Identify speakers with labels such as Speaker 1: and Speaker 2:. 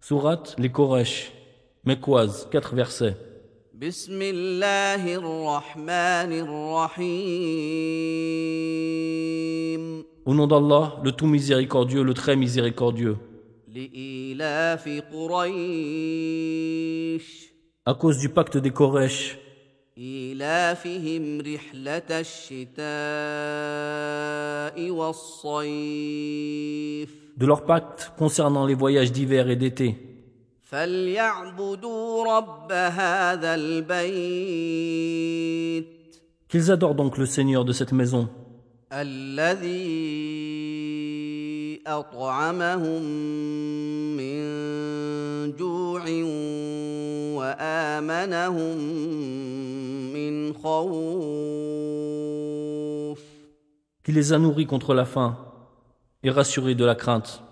Speaker 1: Sourate les Quraysh, Mekwaz, 4 versets.
Speaker 2: بسم الله الرحمن الرحيم
Speaker 1: Au nom d'Allah, le tout miséricordieux, le très miséricordieux,
Speaker 2: لإيلاف قريش
Speaker 1: à cause du pacte des Quraysh,
Speaker 2: إيلافهم رحلة الشتاء والصيف
Speaker 1: de leur pacte concernant les voyages d'hiver et d'été,
Speaker 2: فليعبدوا رب هذا البيت
Speaker 1: qu'ils adorent donc le Seigneur de cette maison,
Speaker 2: الذي أطعمهم من جوع وآمنهم من خوف
Speaker 1: qui les a nourris contre la faim et rassurés de la crainte.